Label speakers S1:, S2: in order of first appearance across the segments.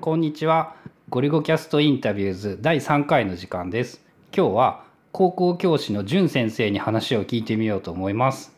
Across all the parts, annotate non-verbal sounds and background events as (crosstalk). S1: こんにちはゴリゴキャストインタビューズ第3回の時間です今日は高校教師のじゅん先生に話を聞いてみようと思います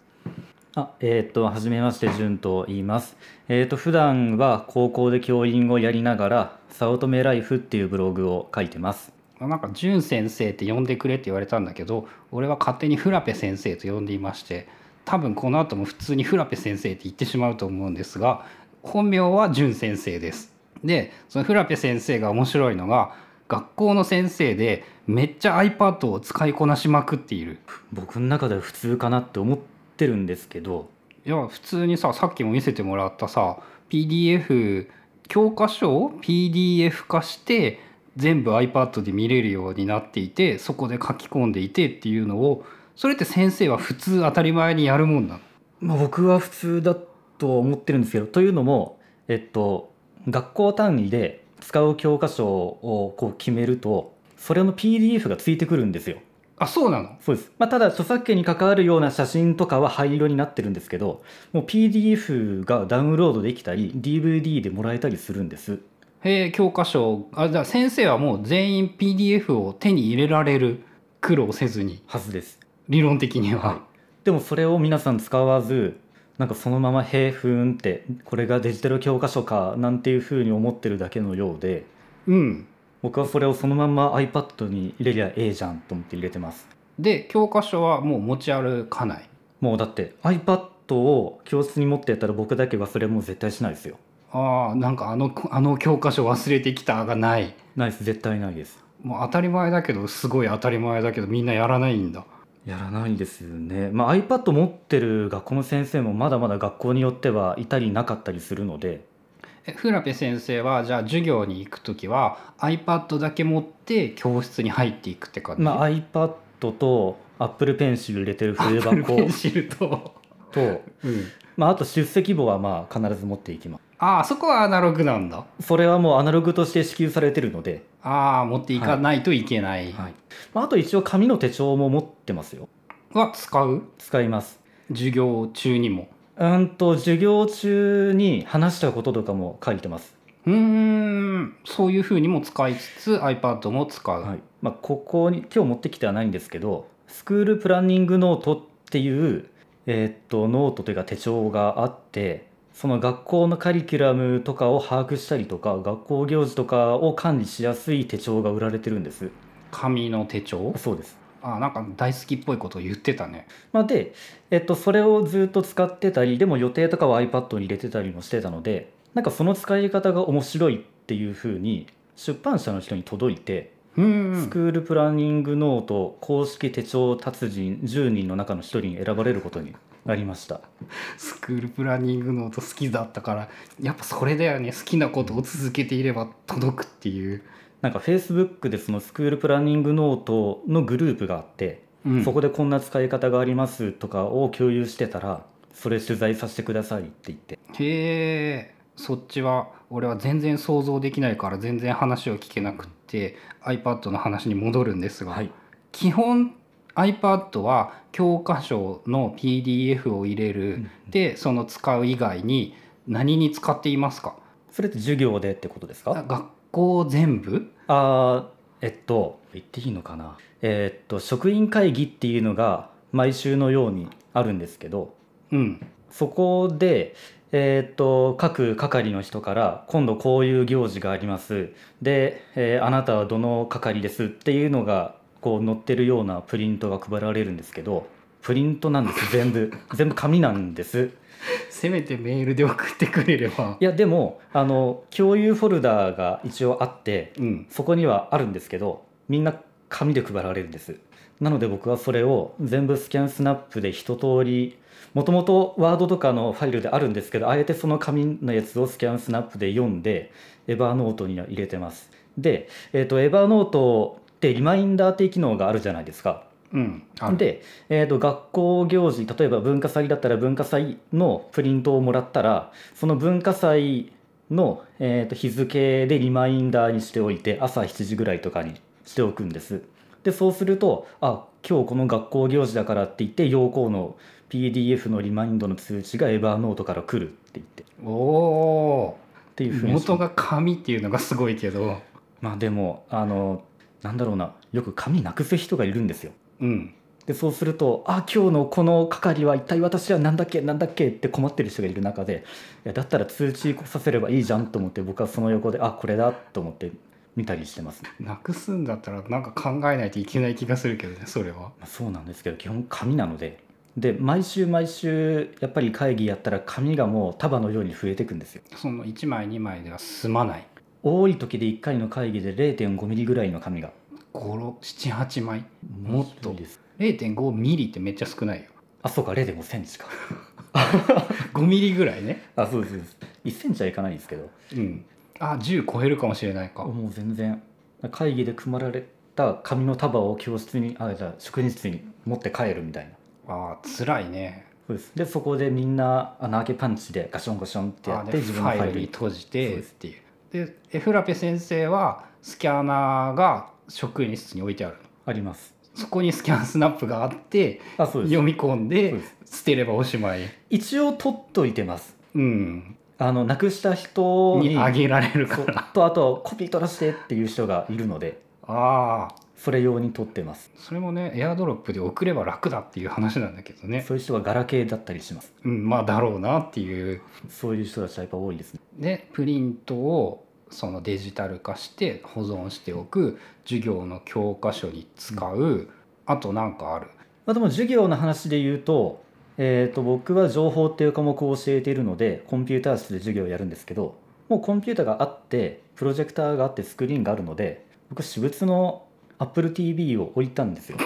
S2: あ、えーっと、はじめまして、潤と言います。えーっと、普段は高校で教員をやりながら、早乙女ライフっていうブログを書いてます。
S1: なんかじゅん先生って呼んでくれって言われたんだけど俺は勝手にフラペ先生と呼んでいまして多分この後も普通にフラペ先生って言ってしまうと思うんですが本名はじゅん先生ですでそのフラペ先生が面白いのが学校の先生でめっちゃ iPad を使いこなしまくっている
S2: 僕の中では普通かなって思ってるんですけど、
S1: いや普通にささっきも見せてもらったさ PDF 教科書を PDF 化して全部 iPad で見れるようになっていてそこで書き込んでいてっていうのをそれって先生は普通当たり前にやるもんなの
S2: まあ、僕は普通だと思ってるんですけど、というのも、えっと、学校単位で使う教科書をこう決めると、それの PDF がついてくるんですよ。
S1: あそうなの
S2: そうです、まあ、ただ著作権に関わるような写真とかは灰色になってるんですけどもう PDF がダウンロードできたり DVD でもらえたりするんです
S1: へえ教科書あじゃあ先生はもう全員 PDF を手に入れられる苦労せずに
S2: はずです
S1: 理論的には、
S2: はいでもそれを皆さん使わずなんかそのまま「へえふーん」ってこれがデジタル教科書かなんていうふうに思ってるだけのようで
S1: うん
S2: 僕はそれをそのまんま iPad に入れりゃええじゃんと思って入れてます
S1: で教科書はもう持ち歩かない
S2: もうだって iPad を教室に持ってったら僕だけ忘れもう絶対しないですよ
S1: あーなんかあのあの教科書忘れてきたがない
S2: ないです絶対ないです
S1: もう当たり前だけどすごい当たり前だけどみんなやらないんだ
S2: やらないですよね、まあ、iPad 持ってる学校の先生もまだまだ学校によってはいたりなかったりするので
S1: えフラペ先生はじゃあ授業に行く時は iPad だけ持って教室に入っていくって感じ、
S2: まあ、iPad と Apple Pencil 入れてる筆
S1: Apple
S2: 箱
S1: Pencil と、
S2: と、まあ、あと出席簿はまあ必ず持っていきま
S1: ああそこはアナログなんだ
S2: すそれはもうアナログとして支給されてるので、
S1: ああ持っていかないといけない、は
S2: はいまあ、あと一応紙の手帳も持ってますよ
S1: 使う
S2: 使います
S1: 授業中にも
S2: うんと授業中に話したこととかも書いてます
S1: うーんそういうふうにも使いつつ iPad も使う、
S2: はいまあ、ここに今日持ってきてはないんですけどスクールプランニングノートっていう、えーっとノートというか手帳があってその学校のカリキュラムとかを把握したりとか学校行事とかを管理しやすい手帳が売られてるんです
S1: 紙の手帳
S2: そうです、
S1: あーなんか大好きっぽいことを言ってたね
S2: まあ、で、えっとそれをずっと使ってたりでも予定とかは iPad に入れてたりもしてたのでなんかその使い方が面白いっていうふうに出版社の人に届いて
S1: うー
S2: ス
S1: ん
S2: クールプランニングノート公式手帳達人10人の中の1人に選ばれることになりました
S1: スクールプランニングノート好きだったからやっぱそれだよね好きなことを続けていれば届くっていう、
S2: なんかフェイスブックでそのスクールプランニングノートのグループがあって、そこでこんな使い方がありますとかを共有してたらそれ取材させてくださいって言って
S1: へえそっちは俺は全然想像できないから全然話を聞けなくって iPad の話に戻るんですが、
S2: はい
S1: 基本 iPad は教科書の PDF を入れる、でその使う以外に何に使っていますか
S2: それって授業でってことですか
S1: 学校全部
S2: あーえっと言っていいのかなえーっと職員会議っていうのが毎週のようにあるんですけど
S1: うん
S2: そこで、えーっと各係の人から今度こういう行事がありますで、えーあなたはどの係ですっていうのがこう載ってるようなプリントが配られるんですけどプリントなんです全部全部紙なんです
S1: せめてメールで送ってくれれば
S2: いやでもあの共有フォルダーが一応あって
S1: うん
S2: そこにはあるんですけどみんな紙で配られるんですなので僕はそれを全部スキャンスナップで一通りもともとワードとかのファイルであるんですけどあえてその紙のやつをスキャンスナップで読んでエバーノートには入れてますで、えー、とエバーノートってリマインダーっていう機能があるじゃないですか
S1: うん、ある
S2: で、えー、と学校行事例えば文化祭だったら文化祭のプリントをもらったらその文化祭の、えー、と日付でリマインダーにしておいて朝7時ぐらいとかにしておくんですでそうするとあ今日この学校行事だからって言って要項の PDF のリマインドの通知がエバーノートから来るって言って
S1: おお
S2: っていうふうに
S1: 元が紙っていうのがすごいけど
S2: まあでもあのなんだろうなよく紙なくす人がいるんですよ
S1: うん
S2: でそうすると「あ今日のこの係は一体私は何だっけ何だっけ?」って困ってる人がいる中でいやだったら通知来させればいいじゃんと思って僕はその横で「あこれだ」と思って見たりしてます、ね
S1: なくすんだったらなんか考えないといけない気がするけどねそれは
S2: まあ、そうなんですけど基本紙なのでで毎週毎週やっぱり会議やったら紙がもう束のように増えていくんですよ
S1: その1枚2枚では済まない
S2: 多い時で1回の会議で0 5ミリぐらいの紙が
S1: 578枚もっと
S2: 面白いです
S1: 0.5ミリってめっちゃ少ないよ (laughs)
S2: あそうか0 5センチか
S1: 5ミリぐらいね
S2: あそうですそうです1センチはいかないですけど
S1: うんあ10超えるかもしれないか
S2: もう全然会議で配られた紙の束を教室にあじゃあ職員室に持って帰るみたいな
S1: あー辛いね
S2: そうですでそこでみんな穴開けパンチでガションガションってや
S1: あ
S2: っ
S1: ー
S2: て
S1: で
S2: 自
S1: フ
S2: 分のフ
S1: ァイ
S2: ァイル
S1: ルに
S2: に
S1: 閉じ
S2: そう
S1: てっ
S2: です
S1: ていうでエフラペ先生はスキャナーが職員室に置いてあるの
S2: あります
S1: そこにスキャンスナップがあって
S2: あそうです
S1: 読み込ん
S2: そう
S1: で
S2: です
S1: 捨てればおしまい
S2: 一応取っといてます
S1: うん
S2: あのなくした人に
S1: にあげられるか
S2: そう
S1: ら
S2: とあとコピー取らせてっていう人がいるので
S1: ああ
S2: それ用に取ってます
S1: それもねエアドロップで送れば楽だっていう話なんだけどね
S2: そういう人はガラケーだったりします
S1: うんまあだろうなっていう
S2: そういう人たちはやっぱ多いですね
S1: でプリントをそのデジタル化して保存しておく授業の教科書に使う、あとなんかある
S2: まあ、でも授業の話で言うと,、えー、と僕は情報っていう科目を教えているのでコンピューター室で授業をやるんですけどもうコンピューターがあってプロジェクターがあってスクリーンがあるので僕私物の AppleTV を置いたんですよ。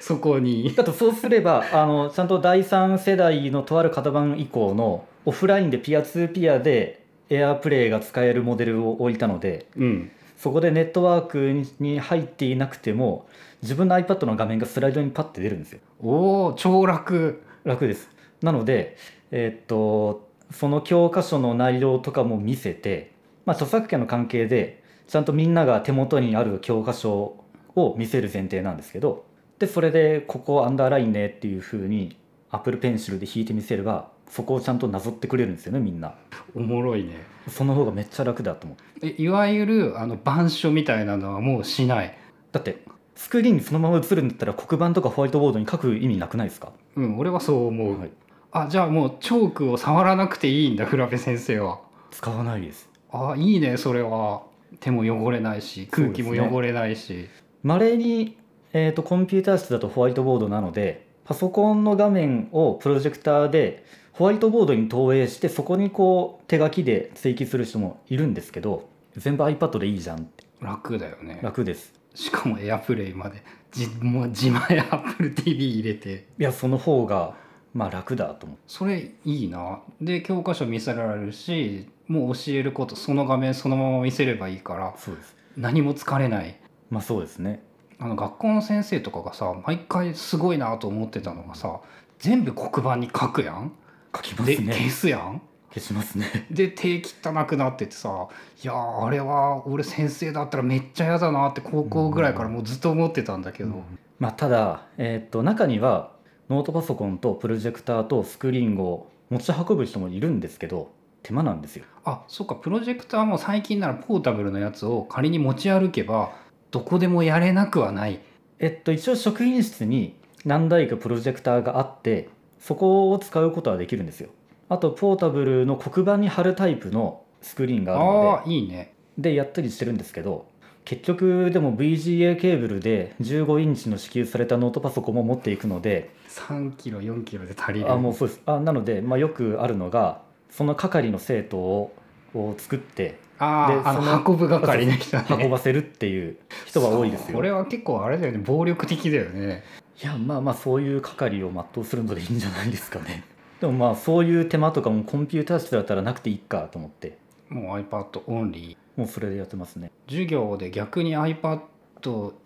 S1: そこに
S2: だとそうすれば (laughs) あのちゃんと第3世代のとある型番以降のオフラインでピアツーピアで AirPlay が使えるモデルを置いたので
S1: うん
S2: そこでネットワークにに入っていなくても自分の iPad の画面がスライドにパッて出るんですよ。
S1: おお超楽
S2: 楽ですなのでえーっとその教科書の内容とかも見せて、まあ、著作権の関係でちゃんとみんなが手元にある教科書を見せる前提なんですけどでそれでここアンダーラインねっていう風に Apple Pencil で引いてみせればそこをちゃんとなぞってくれるんですよねみんな
S1: おもろいね
S2: その方がめっちゃ楽だと思う
S1: えいわゆるあの板書みたいなのはもうしない
S2: だってスクリーンにそのまま映るんだったら黒板とかホワイトボードに書く意味なくないですか
S1: うん俺はそう思う、
S2: はい
S1: あじゃあもうチョークを触らなくていいんだフラペ先生は
S2: 使わないです
S1: あいいねそれは手も汚れないし空気も
S2: そうですね
S1: 汚れないし、
S2: まれに、えー、とコンピューター室だとホワイトボードなのでパソコンの画面をプロジェクターでホワイトボードに投影してそこにこう手書きで追記する人もいるんですけど全部 iPad でいいじゃんって
S1: 楽だよね
S2: 楽です
S1: しかもエアプレイまでじもう自前 Apple TV 入れて
S2: いやその方がまあ楽だと思う
S1: それいいなで教科書見せられるしもう教えることその画面そのまま見せればいいから
S2: そうです
S1: 何も疲れない
S2: まあそうですね
S1: あの学校の先生とかがさ毎回すごいなと思ってたのがさ全部黒板に書くやん
S2: 書きま
S1: です消
S2: ね
S1: すやん
S2: 消しますね
S1: で手汚くなっててさいやーあれは俺先生だったらめっちゃ嫌だなって高校ぐらいからもうずっと思ってたんだけど、
S2: まあただ、えー、と中にはノートパソコンとプロジェクターとスクリーンを持ち運ぶ人もいるんですけど手間なんですよ
S1: あそうかプロジェクターも最近ならポータブルのやつを仮に持ち歩けばどこでもやれなくはない
S2: えっと、一応職員室に何台かプロジェクターがあってそこを使うことはできるんですよあとポータブルの黒板に貼るタイプのスクリーンがある
S1: あ
S2: の
S1: あいいね
S2: ででやったりしてるんですけど結局でも VGA ケーブルで15インチの支給されたノートパソコンも持っていくので
S1: 3キロ4キロで足りる
S2: あもうそうですあなので、まあ、よくあるのがその係の生徒をを作って
S1: あ
S2: で
S1: ーあの
S2: その
S1: 運ぶ係の人ね
S2: 運ばせるっていう人は多いですよ
S1: これは結構あれだよね暴力的だよね
S2: いやまあまあそういう係を全うするのでいいんじゃないですかね (laughs) でもまあそういう手間とかもコンピューター室だったらなくていいかと思って
S1: もう iPad オンリー
S2: もうそれでやってますね
S1: 授業で逆に iPad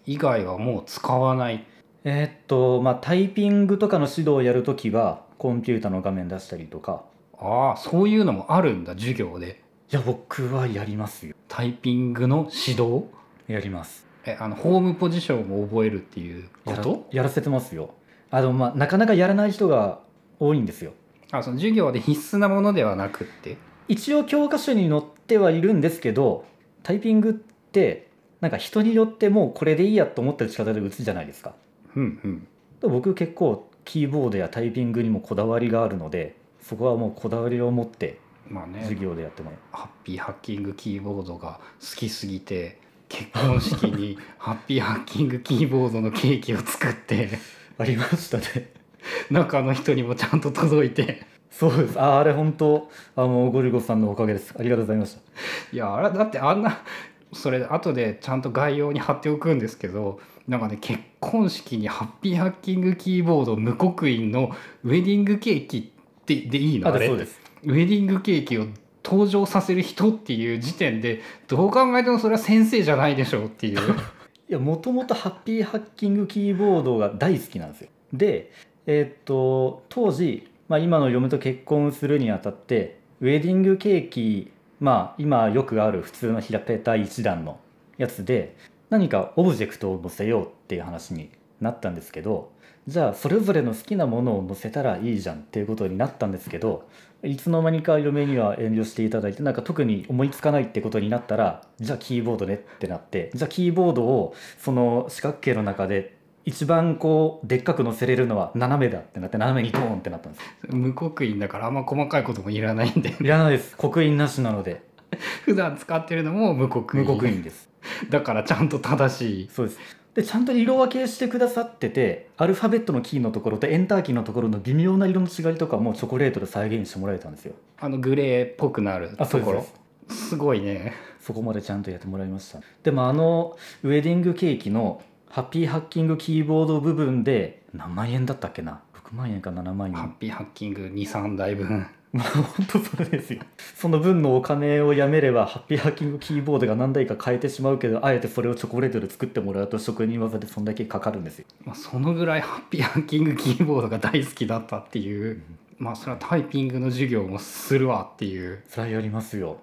S1: 以外はもう使わない
S2: えーっとまあタイピングとかの指導をやるときはコンピューターの画面出したりとか
S1: ああそういうのもあるんだ授業で
S2: いや僕はやりますよ
S1: タイピングの指導
S2: やります
S1: えあのホームポジションを覚えるっていうこ
S2: やら
S1: と
S2: やらせてますよあのまあなかなかやらない人が多いんですよ
S1: あその授業で必須なものではなくって
S2: 一応教科書に載ってはいるんですけどタイピングってなんか人によってもうこれでいいやと思った打ち方で打つじゃないですか
S1: うんうん
S2: 僕結構キーボードやタイピングにもこだわりがあるのでそこはもうこだわりを持って
S1: まあね
S2: 授業でやってもらう、
S1: ハッピーハッキングキーボードが好きすぎて結婚式に (laughs) ハッピーハッキングキーボードのケーキを作って
S2: ありましたね
S1: 中の人にもちゃんと届いて
S2: そうですああれ本当あもうゴルゴさんのおかげですありがとうございました
S1: いやあれだってあんなそれ後でちゃんと概要に貼っておくんですけどなんかね結婚式にハッピーハッキングキーボード無刻印のウェディングケーキってでいいのあれ
S2: そうです
S1: ウェディングケーキを登場させる人っていう時点でどう考えてもそれは先生じゃないでしょうって
S2: (laughs)
S1: いう
S2: いやもともとハッピーハッキングキーボードが大好きなんですよでえーっと当時、まあ、今の嫁と結婚するにあたってウェディングケーキまあ今よくある普通の平ペタ一段のやつで何かオブジェクトを載せようっていう話になったんですけどじゃあそれぞれの好きなものを載せたらいいじゃんっていうことになったんですけどいつの間にか嫁には遠慮していただいてなんか特に思いつかないってことになったらじゃあキーボードねってなってじゃあキーボードをその四角形の中で一番こうでっかく載せれるのは斜めだってなって斜めにドーンってなったんです
S1: 無刻印だからあんま細かいこともいらないんで
S2: いらないです刻印なしなので
S1: 普段使ってるのも無刻
S2: 無
S1: 印
S2: 刻印です
S1: だからちゃんと正しい
S2: そうですでちゃんと色分けしてくださっててアルファベットのキーのところとエンターキーのところの微妙な色の違いとかもチョコレートで再現してもらえたんですよ
S1: あのグレーっぽくなると
S2: そうで
S1: こ
S2: すそうで
S1: ろ
S2: す
S1: すごいね
S2: そこまでちゃんとやってもらいましたでもあのウェディングケーキのハッピーハッキングキーボード部分で何万円だったっけな6万円か7万円
S1: ハッピーハッキング23台分 (laughs)
S2: まあ本当それですよその分のお金をやめればハッピーハッキングキーボードが何台か変えてしまうけどあえてそれをチョコレートで作ってもらうと職人技でそんだけかかるんですよ
S1: まあ、そのぐらいハッピーハッキングキーボードが大好きだったっていう、まあそれはタイピングの授業もするわっていう (laughs)
S2: それはやりますよ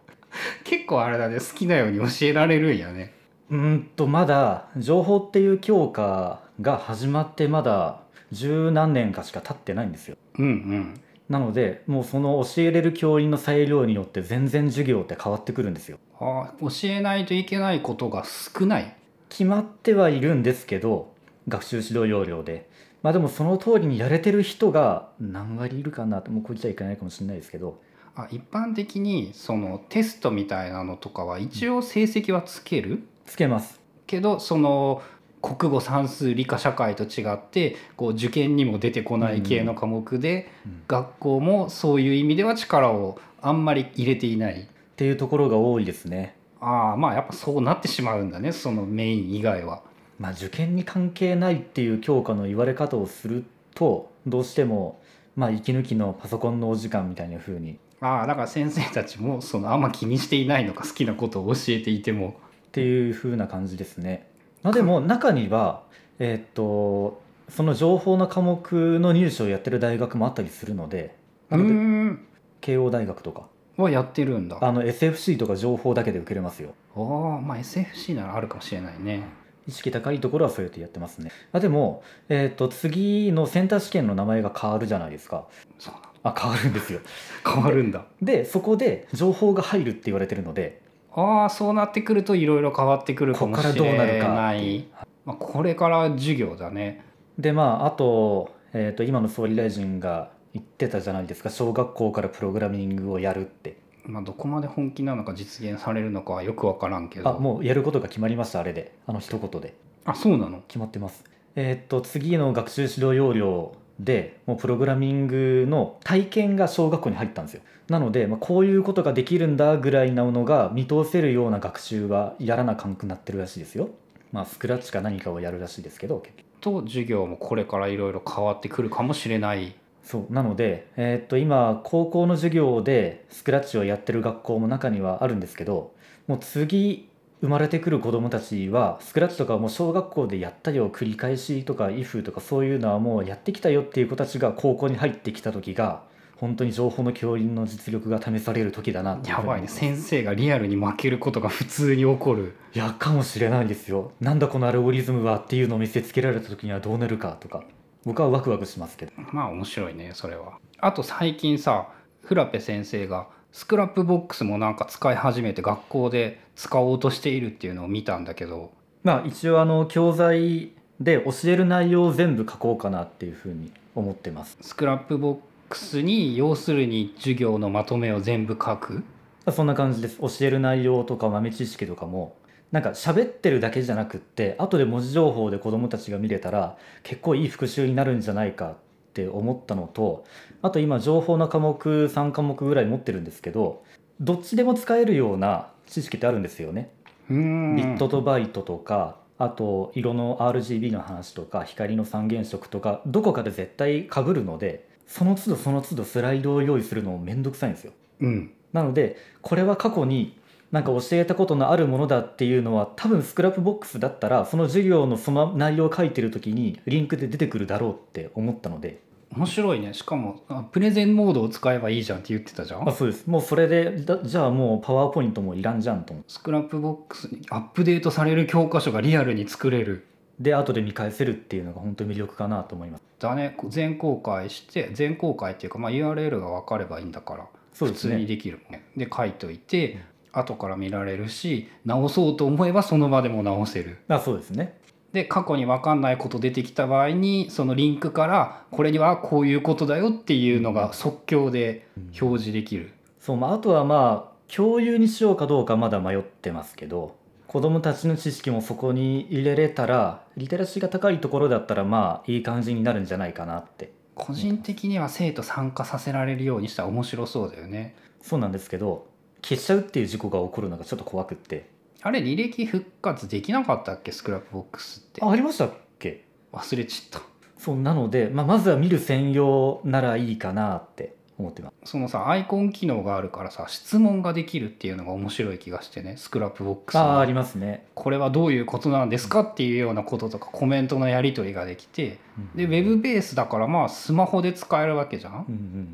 S1: 結構あれだね好きなように教えられるんやね
S2: うーんとまだ情報っていう教科が始まってまだ十何年かしか経ってないんですよ
S1: うんうん
S2: なのでもうその教えれる教員の裁量によって全然授業って変わってくるんですよ
S1: ああ教えないといけないことが少ない
S2: 決まってはいるんですけど学習指導要領でまあでもその通りにやれてる人が何割いるかなともうこう言っちゃいけないかもしれないですけど
S1: あ一般的にそのテストみたいなのとかは一応成績はつける、
S2: つけます
S1: けどその国語算数理科社会と違ってこう受験にも出てこない系の科目で、
S2: うん
S1: 学校もそういう意味では力をあんまり入れていない
S2: っていうところが多いですね
S1: ああまあやっぱそうなってしまうんだねそのメイン以外は。
S2: まあ受験に関係ないっていう教科の言われ方をするとどうしてもまあ息抜きのパソコンのお時間みたいな風に
S1: ああだから先生たちもそのあんま気にしていないのか好きなことを教えていても
S2: っていう風な感じですね。まあ、でも中には、えーっとその情報の科目の入試をやってる大学もあったりするので
S1: うーん
S2: 慶応大学とか
S1: はやってるんだ。あ
S2: あの SFC とか情報だけで受けれますよ。
S1: あまあ SFC ならあるかもしれないね。
S2: 意識高いところはそうやってやってますね。あでも、えーっと次のセンター試験の名前が変わるじゃないですか。
S1: そうなの
S2: あ変わるんですよ。
S1: 変わるんだ。
S2: でそこで情報が入るって言われてるので
S1: ああそうなってくるといろいろ変わってくるかもしれない。
S2: こっからどうなるかっていう
S1: まあ、これから授業だね。
S2: でまああと,、えーっと今の総理大臣が言ってたじゃないですか小学校からプログラミングをやるって。
S1: まあ、どこまで本気なのか実現されるのかはよくわからんけど。
S2: あもうやることが決まりましたあれであの一言で
S1: あそうなの。
S2: 決まってますえーっと次の学習指導要領でもうプログラミングの体験が小学校に入ったんですよなので、まあ、こういうことができるんだぐらいなものが見通せるような学習はやらなあかんくなってるらしいですよまあスクラッチか何かをやるらしいですけど結局
S1: と授業もこれからいろいろ変わってくるかもしれない。
S2: そうなので、えーっと今高校の授業でスクラッチをやってる学校も中にはあるんですけどもう次生まれてくる子どもたちはスクラッチとかもう小学校でやったよ繰り返しとか if とかそういうのはもうやってきたよっていう子たちが高校に入ってきた時が本当に情報の教員の実力が試される時だなってうふう
S1: や
S2: に
S1: ばいね先生がリアルに負けることが普通に起こる
S2: いやかもしれないですよなんだこのアルゴリズムはっていうのを見せつけられた時にはどうなるかとか僕はワクワクしますけど
S1: まあ面白いねそれはあと最近さフラペ先生がスクラップボックスもなんか使い始めて学校で使おうとしているっていうのを見たんだけど
S2: まあ一応あの教材で教える内容を全部書こうかなっていうふうに思ってます
S1: スクラップボックスに要するに授業のまとめを全部書く
S2: そんな感じです教える内容とか豆知識とかもなんか喋ってるだけじゃなくって後で文字情報で子どもたちが見れたら結構いい復習になるんじゃないかって思ったのとあと今情報の科目3科目ぐらい持ってるんですけどどっちでも使えるような知識ってあるんですよね。
S1: うーん
S2: ビットとバイトとかあと色の RGB の話とか光の三原色とかどこかで絶対かぶるのでその都度その都度スライドを用意するのもめんどくさいんですよ。
S1: うん
S2: なのでこれは過去になんか教えたことのあるものだっていうのは多分スクラップボックスだったらその授業のその内容を書いてる時にリンクで出てくるだろうって思ったので
S1: 面白いねしかもあプレゼンモードを使えばいいじゃんって言ってたじゃ
S2: あ
S1: ん
S2: そうですもうそれでだじゃあもうパワーポイントもいらんじゃんと思って
S1: スクラップボックスにアップデートされる教科書がリアルに作れる
S2: で後で見返せるっていうのが本当に魅力かなと思います
S1: だねこう全公開して全公開っていうか、まあ、URL が分かればいいんだから
S2: そう
S1: 普
S2: です
S1: 通に
S2: ね
S1: できるもんねで書いといて後から見られるし直そうと思えばその場でも直せる
S2: あそうですね
S1: で過去に分かんないこと出てきた場合にそのリンクからこれにはこういうことだよっていうのが即興で表示できる、
S2: そう、まあ、あとはまあ共有にしようかどうかまだ迷ってますけど子どもたちの知識もそこに入れれたらリテラシーが高いところだったらまあいい感じになるんじゃないかなって
S1: 個人的には生徒参加させられるようにしたら面白そうだよね
S2: そうなんですけど消しちゃうっていう事故が起こるのがちょっと怖くって
S1: あれ履歴復活できなかったっけスクラップボックスって
S2: あありましたっけ
S1: 忘れちった
S2: そうなので、まあ、まずは見る専用ならいいかなって思ってます
S1: そのさアイコン機能があるからさ質問ができるっていうのが面白い気がしてねスクラップボックス
S2: あああ
S1: の
S2: りますね、
S1: これはどういうことなんですかっていうようなこととかコメントのやり取りができてでウェブベースだからまあスマホで使えるわけじゃん
S2: うんう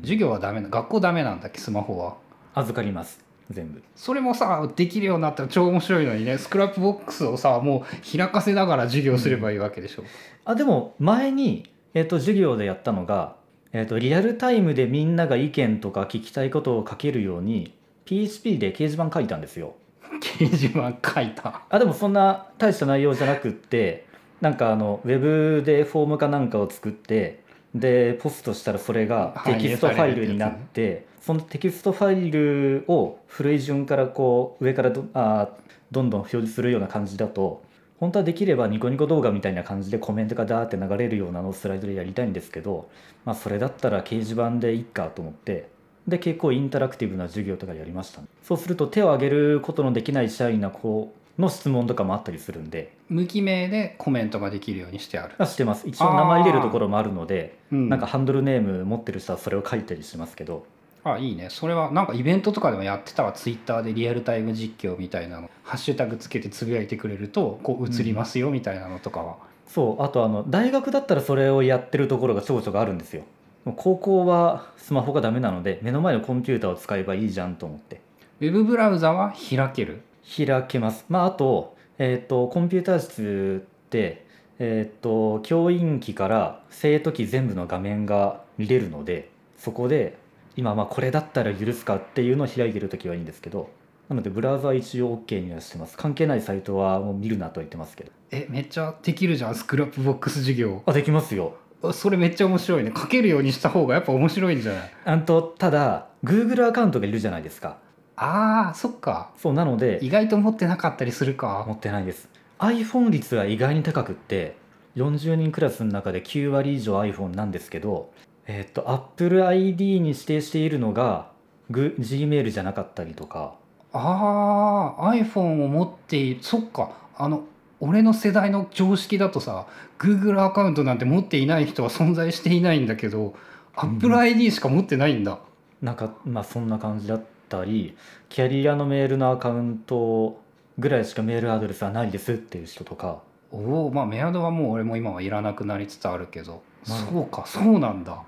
S2: ん
S1: 授業はダメな学校ダメなんだっけスマホは
S2: 預かります全部
S1: それもさできるようになったら超面白いのにねスクラップボックスをさもう開かせながら授業すればいいわけでしょ、
S2: あでも前に、えっと授業でやったのが、えっとリアルタイムでみんなが意見とか聞きたいことを書けるように PHP で掲示板書いたんですよ
S1: 掲示板書いた
S2: あでもそんな大した内容じゃなくってなんかあのウェブでフォームかなんかを作ってでポストしたらそれがテキストファイルになってそのテキストファイルを古い順からこう上からどあーどんどん表示するような感じだと本当はできればニコニコ動画みたいな感じでコメントがダーって流れるようなのをスライドでやりたいんですけど、まあ、それだったら掲示板でいっかと思ってで結構インタラクティブな授業とかやりましたね、そうすると手を挙げることのできない社員な子の質問とかもあったりするんで
S1: 無記名でコメントができるようにしてある、
S2: あしてます一応名前入れるところもあるので
S1: うん
S2: なんかハンドルネーム持ってる人はそれを書いたりしますけど
S1: あいいねそれはなんかイベントとかでもやってたわツイッターでリアルタイム実況みたいなのハッシュタグつけてつぶやいてくれるとこう映りますよみたいなのとかは、
S2: そうあとあの大学だったらそれをやってるところがちょこちょこあるんですよ高校はスマホがダメなので目の前のコンピューターを使えばいいじゃんと思って
S1: ウェブブラウザは開ける
S2: 開けますまああと,、えー、とコンピューター室って、えー、と教員機から生徒機全部の画面が見れるのでそこで今まあこれだったら許すかっていうのを開いてる時はいいんですけどなのでブラウザは一応 OK にはしてます関係ないサイトはもう見るなとは言ってますけど
S1: えめっちゃできるじゃんスクラップボックス授業
S2: あできますよ
S1: あそれめっちゃ面白いね書けるようにした方がやっぱ面白いんじゃない
S2: あんとただ Google アカウントがいるじゃないですか
S1: あーそっか
S2: そうなので
S1: 意外と持ってなかったりするか
S2: 持ってないです iPhone 率は意外に高くって40人クラスの中で9割以上 iPhone なんですけどえっと AppleID に指定しているのがグ Gmail じゃなかったりとか
S1: あー iPhone を持っているそっかあの俺の世代の常識だとさ Google アカウントなんて持っていない人は存在していないんだけど AppleID しか持ってないんだ、
S2: なんかまあそんな感じだったりキャリアのメールのアカウントぐらいしかメールアドレスはないですっていう人とか
S1: おおまあメアドはもう俺も今はいらなくなりつつあるけど、
S2: まあ
S1: そうかそうなんだ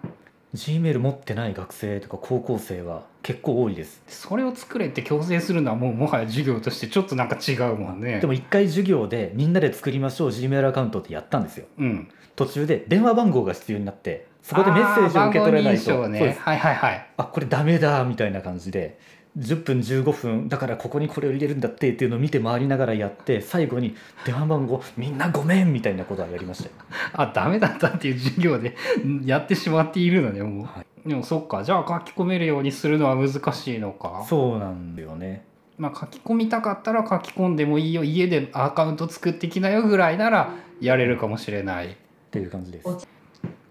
S2: Gmail 持ってない学生とか高校生は結構多いです
S1: それを作れって強制するのはもうもはや授業としてちょっとなんか違うもんね
S2: でも一回授業でみんなで作りましょう Gmail アカウントってやったんですよ
S1: うん
S2: 途中で電話番号が必要になってそこでメッセージを受け取れない
S1: あー
S2: と
S1: 番号認証
S2: そうで
S1: ね
S2: す
S1: はいはいはい
S2: あこれダメだみたいな感じで10分15分だからここにこれを入れるんだってっていうのを見て回りながらやって最後に電話番号みんなごめんみたいなことはやりましたよ
S1: あダメだったっていう授業で (laughs) やってしまっているのねもう、
S2: は
S1: でもそっかじゃあ書き込めるようにするのは難しいのか
S2: そうなんだよね
S1: まあ書き込みたかったら書き込んでもいいよ家でアカウント作ってきなよぐらいならやれるかもしれない
S2: っていう感じです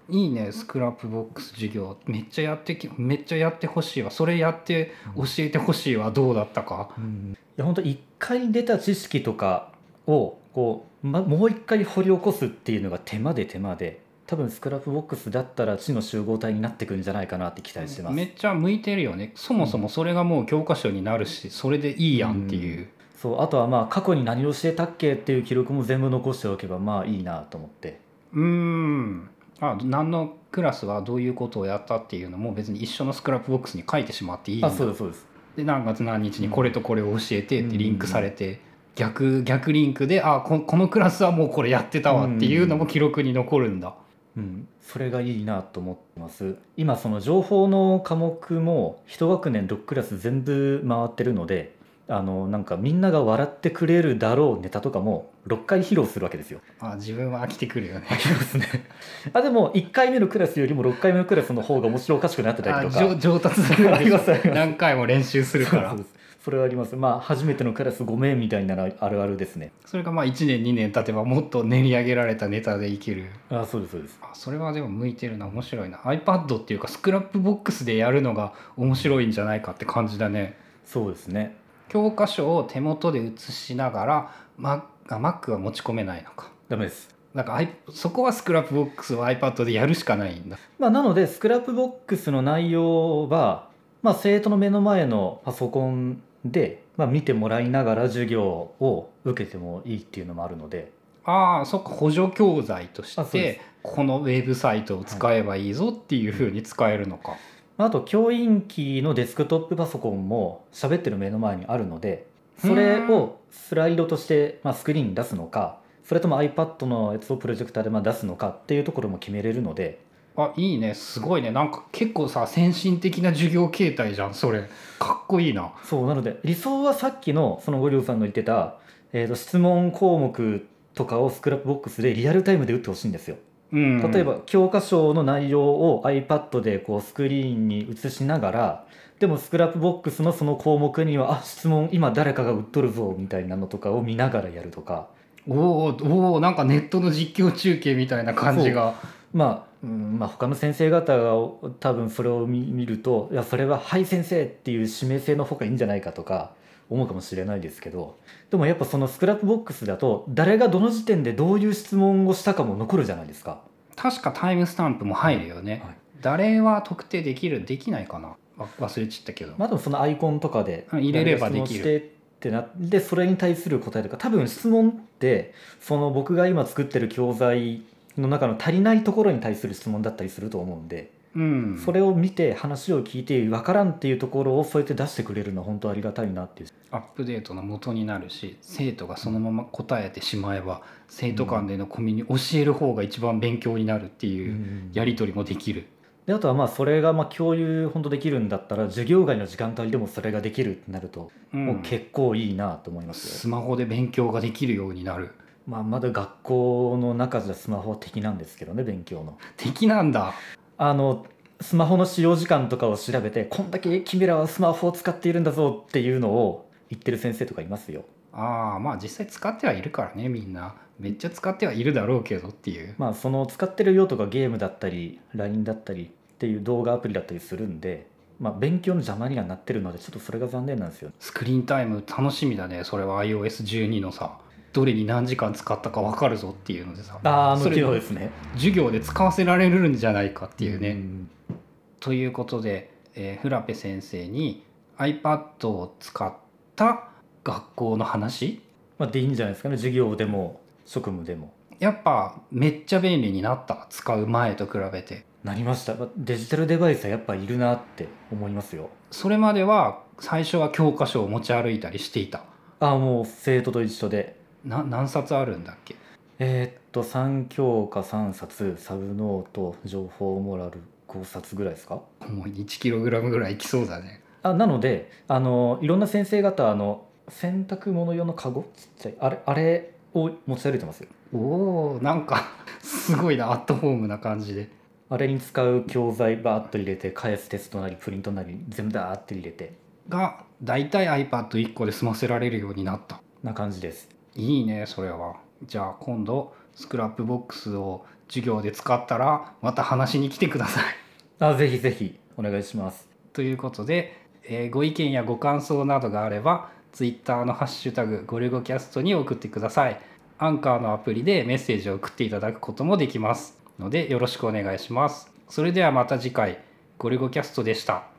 S1: いいねスクラップボックス授業めっちゃやってきめっちゃやってほしいわそれやって教えてほしいわどうだったか
S2: うん、いや本当一回出た知識とかをこう、ま、もう一回掘り起こすっていうのが手間で手間で多分スクラップボックスだったら知の集合体になってくんじゃないかなって期待してます、
S1: めっちゃ向いてるよねそもそもそれがもう教科書になるしそれでいいやんっていう、
S2: そうあとはまあ過去に何をしてたっけっていう記録も全部残しておけばまあいいなと思って
S1: うーんあ何のクラスはどういうことをやったっていうのも別に一緒のスクラップボックスに書いてしまっていいんだ
S2: あそうですそうです
S1: で何月何日にこれとこれを教えてっ
S2: う
S1: て
S2: ん
S1: リンクされて、逆逆リンクであここのクラスはもうこれやってたわっていうのも記録に残るんだ。
S2: うん、それがいいなと思ってます今その情報の科目も一学年6クラス全部回ってるのであのなんかみんなが笑ってくれるだろうネタとかも6回披露するわけですよ (laughs)
S1: あ自分は飽きてくるよね。
S2: そうですね。あでも1回目のクラスよりも6回目のクラスの方が面白おかしくなってた
S1: あ
S2: りと
S1: 上
S2: か。
S1: 上達するよね
S2: ありますあります
S1: 何回も練習するから
S2: そうですそれはあります。まあ初めてのクラスごめんみたいなのあるあるですね。
S1: それがまあ1年2年経てばもっと練り上げられたネタでいける
S2: あそうですそうです。
S1: あそれはでも向いてるな面白いな iPad っていうかスクラップボックスでやるのが面白いんじゃないかって感じだね
S2: そうですね。
S1: 教科書を手元で写しながら Mac, あ Mac は持ち込めないのか
S2: ダメです。
S1: なんか i- そこはスクラップボックスを iPad でやるしかないんだ
S2: まあなのでスクラップボックスの内容はまあ生徒の目の前のパソコンでまあ見てもらいながら授業を受けてもいいっていうのもあるので。
S1: ああそっか補助教材とし
S2: あそうで
S1: て
S2: す
S1: このウェブサイトを使えばいいぞっていうふうに使えるのか、
S2: まああと教員機のデスクトップパソコンも喋ってる目の前にあるのでそれをスライドとして、まあ、スクリーンに出すのかそれとも iPad のやつをプロジェクターでまあ出すのかっていうところも決めれるので
S1: あいいねすごいねなんか結構さ先進的な授業形態じゃんそれかっこいいな
S2: そうなので理想はさっきのその五稜さんの言ってた、えー、と質問項目とかをスクラップボックスでリアルタイムで打ってほしいんですよ。
S1: うん
S2: 例えば教科書の内容を iPad でこうスクリーンに映しながらでもスクラップボックスのその項目にはあ質問今誰かが売っとるぞみたいなのとかを見ながらやるとか
S1: おーおーなんかネットの実況中継みたいな感じが
S2: まあ、うんまあ他の先生方が多分それを見見るといやそれは「はい先生」っていう指名性の方がいいんじゃないかとか思うかもしれないですけどでもやっぱそのスクラップボックスだと誰がどの時点でどういう質問をしたかも残るじゃないですか。
S1: 確かタイムスタンプも入るよね、
S2: はい
S1: 誰は特定できるできないかなわ忘れちゃったけど、
S2: まあ、でもそのアイコンとかで
S1: うん入れればできる
S2: 質問してってなってそれに対する答えとか多分質問ってその僕が今作ってる教材の中の足りないところに対する質問だったりすると思うんで、
S1: うん
S2: それを見て話を聞いて分からんっていうところをそうやって出してくれるのは本当ありがたいなっていう
S1: アップデートの元になるし生徒がそのまま答えてしまえば生徒間でのコミュニ、教える方が一番勉強になるっていううんやり取りもできる、
S2: であとはまあそれがまあ共有本当できるんだったら授業外の時間帯でもそれができるってなると、
S1: うん
S2: もう結構いいなと思いますよ
S1: スマホで勉強ができるようになる
S2: まあ、まだ学校の中じゃスマホは敵なんですけどね勉強の。
S1: 敵なんだ
S2: あのスマホの使用時間とかを調べてこんだけ君らはスマホを使っているんだぞっていうのを言ってる先生とかいますよ
S1: ああまあ実際使ってはいるからねみんなめっちゃ使ってはいるだろうけどっていう
S2: まあその使ってる用途がゲームだったり LINE だったりっていう動画アプリだったりするんで、まあ、勉強の邪魔にはなってるのでちょっとそれが残念なんですよ
S1: スクリーンタイム楽しみだねそれは iOS12 のさどれに何時間使ったか分かるぞっていうのでさ
S2: ああ
S1: そ
S2: 無
S1: れ
S2: 機能ですね
S1: 授業で使わせられるんじゃないかっていうね、
S2: ん
S1: ということで、えーフラペ先生に iPad を使った学校の話
S2: まあ、でいいんじゃないですかね授業でも職務でも
S1: やっぱめっちゃ便利になった使う前と比べて
S2: なりましたまあデジタルデバイスはやっぱいるなって思いますよ
S1: それまでは最初は教科書を持ち歩いたりしていた
S2: ああもう生徒と一緒で
S1: な何冊あるんだっけ
S2: えーっと3教科3冊サブノート情報モラル5冊ぐらいですか
S1: もう 1kg ぐらいいきそうだね
S2: あなのであのいろんな先生方あの洗濯物用のカゴちっちゃいあれあれを持ち歩いてますよ
S1: おーなんかすごいなアットホームな感じで
S2: あれに使う教材バーッと入れて返すテストなりプリントなり全部ダーッて入れて
S1: が大体 iPad1 個で済ませられるようになった
S2: な感じです
S1: いいねそれはじゃあ今度スクラップボックスを授業で使ったらまた話しに来てください (laughs)
S2: あぜひぜひお願いします
S1: ということで、えーご意見やご感想などがあれば Twitter の「ハッシュタグゴルゴキャスト」に送ってくださいアンカーのアプリでメッセージを送っていただくこともできますのでよろしくお願いしますそれではまた次回ゴルゴキャストでした